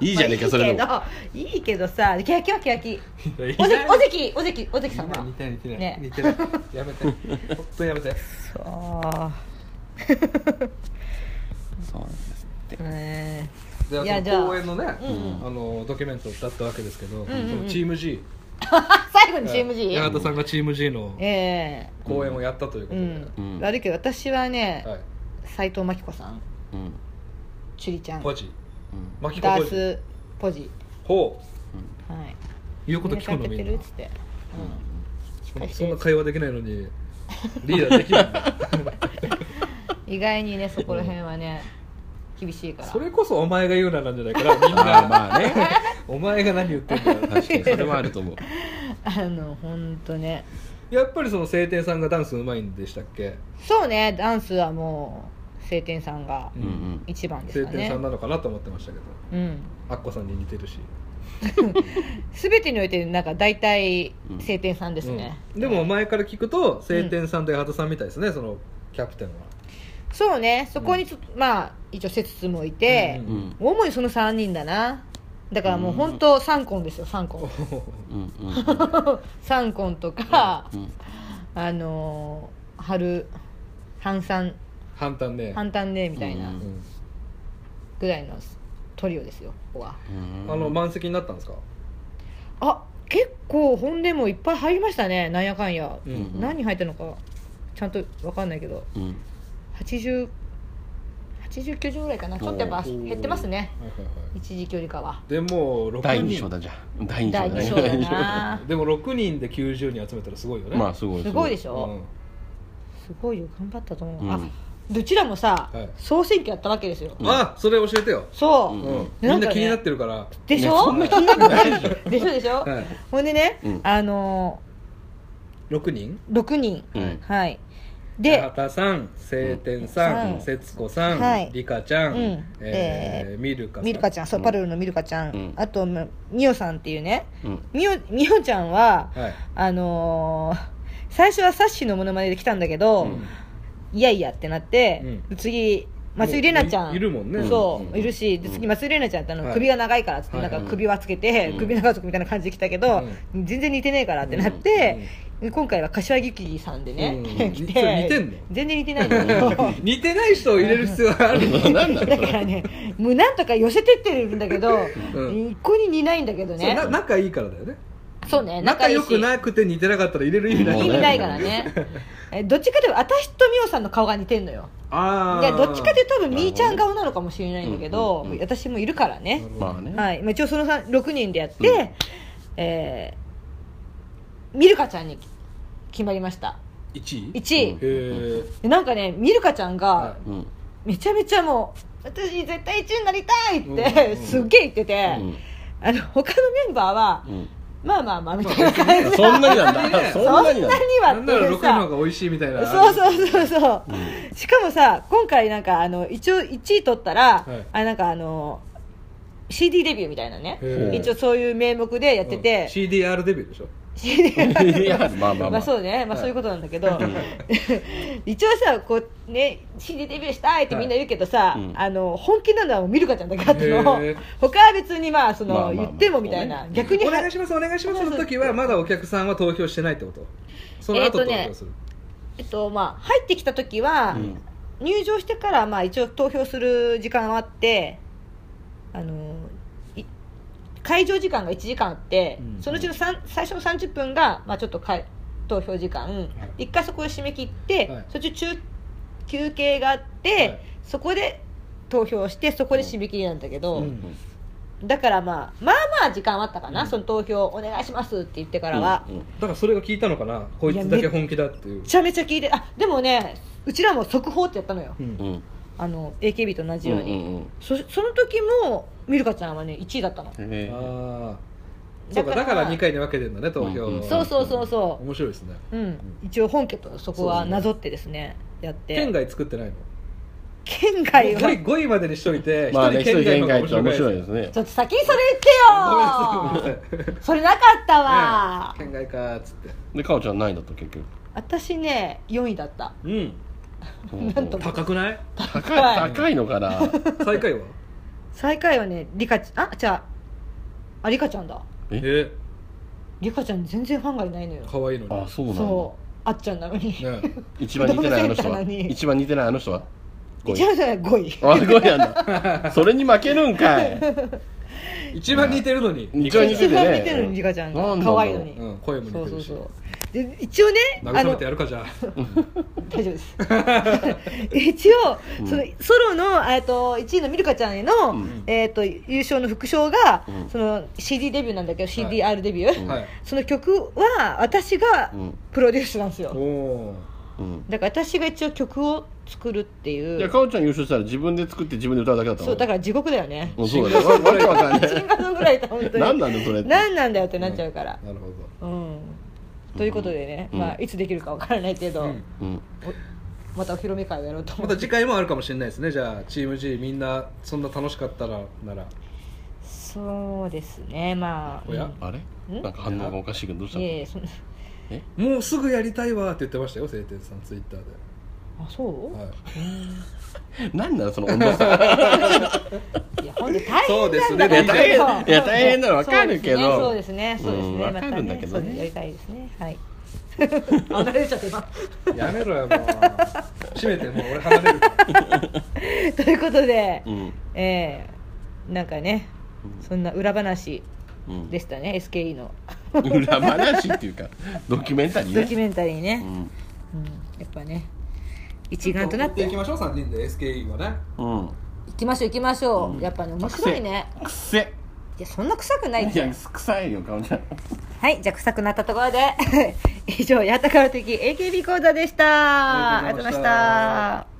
S2: いいじゃねえかそれでも
S1: まあいいけどいいけどさケヤキはケヤキ
S3: い
S1: お
S3: やい
S1: ぜ
S3: ない
S1: おぜきおぜきおぜきさん
S3: 似
S1: は
S3: てない似てない、
S1: ね
S3: 似てない やめて本当にやめて
S2: そうなんです って
S1: そうね
S3: で
S1: いや
S3: あ
S1: じゃあ
S3: と公演のね、
S1: うん
S3: あのドキュメントだったわけですけど、
S1: んうん
S3: そのチーム G
S1: あ最後にチーム G
S3: 八幡さんがチーム G の
S1: え
S3: 公演をやったという
S1: え
S3: こ
S1: う
S3: とで、
S1: ん、
S2: うん
S1: 悪いけど私はね
S3: はい
S1: 斎、藤真希子さん
S2: うんうん
S1: チュリちゃん
S3: ポジマキコ
S1: ダ
S3: ポ
S1: ー
S3: ジ
S1: スポジ
S3: ほ
S1: はい。
S3: う言うこと聞くのみ
S1: て
S3: ん
S1: るっ
S3: な
S1: つって。
S3: そんなそんな会話できないのにリーダーできないんだ
S1: 意外にねそこら辺はね厳しいから。
S3: それこそお前が言うななんじゃないからみん
S2: あー
S3: な
S2: まあね
S3: お前が何言ってんだよ
S2: 確かにそれはあると思う
S1: あの本当ね。
S3: やっぱりその晴天さんがダンスうまいんでしたっけ
S1: そうねダンスはもう晴天さんが
S2: うんうん
S1: 一番です
S3: 晴
S1: か
S3: 天
S1: ね
S3: さん。なのかなと思ってましたけど
S1: うん。
S3: アッコさんに似てるし
S1: すべてにおいてなんか大体
S2: うん
S1: 晴天さんですね。
S3: うんでも前から聞くと晴天さんと八幡さんみたいですね、そのキャプテンは
S1: そうねそこにちょっとまあ一応節つもいて
S3: う、ん
S2: うん
S1: 主にその三人だな。だからもう本当三コンですよ三 コン
S2: うんうん
S1: 三コンとか
S2: う。ん
S1: あのー、春半三
S3: 反対ね、
S1: 半端ねみたいうなんぐらいのトリオですよここは
S2: うん
S3: あの満席になったんですか、
S1: あ結構本でもいっぱい入りましたねなんやかんや、
S3: うん
S2: ん
S1: 何入ったのかちゃんとわかんないけど
S2: うん
S1: 8089畳ぐらいかなちょっとやっぱ
S2: お
S3: ー
S1: 減ってますね
S3: はいはいはい
S1: 一時距離かは
S3: でも6人
S2: 第2章だじゃん第2章
S1: 第
S2: だ
S1: 2
S2: ね
S1: 章だ な
S3: でも6人で90人集めたらすごいよね
S2: まあすごい
S1: すごいで
S2: ょ
S1: しょ、
S3: うん
S1: すごいよ頑張ったと思う、
S2: うん
S1: あどちらもさ、
S3: はい
S1: 総選挙やったわけですよ、
S2: うん
S3: あそれ教えてよ、
S1: そう、
S2: うん
S3: みん
S1: なんかね
S3: な気になってるから、
S1: でし
S2: いや
S1: ょ
S2: そんな気
S1: でしょでしょ、
S3: はい、
S1: ほんでね、
S2: うん
S1: あの
S3: 6人
S1: ー、6人
S2: うん
S1: はい。で
S3: 八幡さん晴天さ
S1: うん
S3: ん節子さん、
S1: はい
S3: リカちゃん、
S1: うん
S3: えーミルカさん
S1: ミルカちゃんそう、
S2: うん
S1: パルルのミルカちゃん、
S2: うん
S1: あとむミオさんっていうね
S2: うん
S1: ミオミオちゃんは
S3: はい、
S1: あのー最初はサッシーのものまねで来たんだけど、
S2: うん
S1: いやいやってなって、次松井玲奈ちゃん
S3: いいるもんね
S1: そう、
S2: うん
S1: いるしで次
S2: うん
S1: 松井玲奈ちゃんってあの、
S3: はい
S1: 首が長いからっつって、
S3: はい
S1: なんか首輪つけて、
S2: うん
S1: 首長族みたいな感じで来たけど、全然似てねえからってなって、今回は柏木きさんでね、
S3: うん
S1: 来
S3: それ似て
S1: て
S3: んの
S1: 全然似てないんだけどだか
S3: 似て ない人を入れる必要がある
S2: 何なんだそれ
S1: らねもうなんとか寄せてってるんだけど、
S3: うん
S1: 一向に似ないんだけど
S3: そう
S1: ね
S3: な仲いいからだよね
S1: そうね
S3: 仲良く
S1: い
S3: なくて似てなかったら入れる意味ない
S1: し意味ないから ねえどっちかというと私と美桜さんの顔が似てんのよ
S3: あ
S1: いや
S3: あ
S1: どっちかというと多分みーちゃん顔なのかもしれないんだけど、
S2: うんうんうん
S1: 私もいるからね、
S2: まあね、
S1: はいまあ、一応そのさん6人でやって、
S2: うん
S1: えーミルカちゃんに決まりました
S3: 1位
S1: 1位
S2: うん、
S3: へ
S1: でなんかねミルカちゃん
S3: は
S1: が
S2: うん
S1: めちゃめちゃもう私絶対1位になりたいって、
S3: うん
S1: すっげえ言ってて、
S2: うん
S1: あの他のメンバーは、
S2: うん
S1: まあまあまあみたいな感じ、
S2: そんなになんだそ
S1: そ
S2: ん
S1: んな
S2: な
S1: に
S2: になんだ
S3: い
S1: は
S3: な
S1: っ
S3: ん
S1: て
S3: なら
S1: いう
S3: 6位の
S1: さ
S3: 方が美味しいみたいな
S1: そうそうそうそう、しかもさ今回なんかあの一応1位取ったら、
S3: はい
S1: あなんかあの CD デビューみたいなね
S3: へー
S1: 一応そういう名目でやって て、
S3: CDR デビューでしょ
S1: CD
S2: い やまあまあ
S1: ま
S2: ま
S1: あ
S2: あ
S1: そうね、まあ、
S3: はい
S1: そういうことなんだけど、 一応さこうね CD デビューしたいってみんな言うけどさ、
S2: はいうん
S1: あの本気なのはミルカちゃんだけだったの
S3: へー
S1: 他は別にまあその、
S2: まあまあまあ
S1: 言ってもみたいな、
S2: そうね
S1: 逆に
S3: お願いしますお願いしますの時はまだお客さんは投票してないってことその後
S1: えー
S3: 投
S1: とね
S3: 票する、
S1: えっとまあ、入ってきた時は、
S2: うん
S1: 入場してからまあ一応投票する時間はあってあのい会場時間が1時間あって、
S3: うん
S1: そのうちのさん最初の30分が、まあ、ちょっとかい投票時間一回そこを締め切って、
S3: はい
S1: そっち中休憩があって、
S3: はい
S1: そこで投票してそこで締め切りなんだけど、
S3: うん
S1: だから、まあ、まあまあ時間はあったかな、
S3: うん
S1: その投票お願いしますって言ってからは、
S2: うんうん
S3: だからそれが効いたのかなこいつだけ本気だっていう
S1: めちゃめちゃ聞いてあでもねうちらも速報ってやったのよ
S3: うん
S2: うんうん
S1: あの AKB と同じように、
S2: うんうん
S1: そその時もミルカちゃんはね1位だったの
S2: へー
S3: ああそうかだから2回に分けてんだね投票、
S2: うんうん
S1: そうそうそうそ
S3: 面白いですね
S1: う、うん、一応本家とそこはなぞってですねやって
S3: 県外作ってないの
S1: 県外は
S3: 5, 位までにしといて
S2: まあね
S3: 1
S2: 一人限
S3: 人県外
S2: 界
S3: の
S2: って
S3: 方が
S2: 面
S3: 面白
S2: 白
S3: い
S2: い
S3: で
S2: ですすね
S1: ちょっと先にそれ
S3: ご
S1: 言っ
S3: め
S1: て
S3: ん
S1: よ
S3: なさいごめんなさい
S1: それなかったわ、
S3: 県外かっつって
S2: でかおちゃんないんだった結局
S1: 私ね4位だった
S3: うん
S1: なんと
S3: 高くない
S2: 高い高いのかな
S3: 最下位は
S1: 最下位はねリカちあじゃああリカちゃんだ
S2: え
S3: え
S1: リカちゃん全然ファンがいないのよ
S3: 可愛いの
S2: あそうなんだ
S1: そうあっちゃんなのに、
S3: にね
S2: 一番似てないあの人
S1: どうせ言っ
S2: は
S1: たのに
S2: 一番似てないあの人は五位
S1: 一番じゃない5位
S2: あすごいなんだそれに負けるんかい
S3: 一番似てるのに
S2: 一番似てる
S1: 一番似
S2: ね
S1: てるのにリカちゃんが
S2: なんなんだ
S1: 可
S2: ろう
S1: 愛いのに、
S3: うん声も似
S1: そう
S3: て
S1: そ
S3: る
S1: う
S3: し
S1: そうで一応ね
S3: 慰めてやるかじゃあ
S1: 大丈夫です 一応、
S2: うん
S1: そのソロの、えっと1位のミルカちゃんへの、
S2: うん
S1: えっと優勝の副賞が、
S2: うん
S1: その CD デビューなんだけど CDR デビュー、
S2: うん
S3: はい
S1: その曲は私が
S2: うん
S1: プロデュースなんですよ、
S3: おお
S2: うん
S1: だから私が一応曲を作るってい
S2: いうやかおちゃん優勝したら自分で作って自分で歌うだけだったの
S1: そうだから地獄だよね
S2: もうそうだねわわけわかんな
S1: シン
S2: い
S1: ガーソングライター本当に
S2: 何なんだよそれって
S1: 何なんだよってなっちゃうから
S3: なるほど
S1: うん、ということでね、
S2: うん
S1: まあ、いつできるかわからないけど、
S3: うん
S2: うん
S1: またお披露目会をやろうと思
S3: ま
S1: って
S3: た次回もあるかもしれないですねじゃあチーム G みんなそんな楽しかったらなら
S1: そうですねまあ
S3: おや
S1: うん
S2: あれなんか反応がおかしいけどどうした
S1: い
S2: の
S1: やいやそんな
S3: もうすぐやりたいわって言ってましたよ晴天さんツイッターで、
S1: あそう、
S3: はい、
S2: 何なのその温度 差
S1: い、やほんと大
S3: そうで
S1: 変
S3: す
S1: な
S3: ね
S1: んだ
S3: いや大変
S1: 本当
S2: いや大変なのわかるけど
S1: そうですねそうですね
S2: うん
S1: そうですね
S2: わかるんだけ
S1: また
S2: どね
S1: そうやりたいですねはい あ慣れちゃってます
S3: やめろよ もう閉めてもう俺離れるか ら
S1: ということで、
S2: うん
S1: えー、なんかねそんな裏話
S2: うん
S1: でしたね SKE の
S2: 裏話っていうかドキュメンタリー
S1: ドキュ
S2: ね
S1: メンタリー
S2: う
S1: ね、
S2: ん
S1: うんやっぱね一丸となって
S3: 追いきましょう3人で SKE はね
S2: うん
S1: 行きましょう行きましょう、やっぱね面白いね
S2: くせ
S1: いやそんな臭くないっ
S2: い
S1: て
S2: や臭いよかおちゃん
S1: はい、じゃあ臭くなったところ で以上「やたから的 AKB 講座」でした
S3: ありがとうございました
S1: ありがとうございました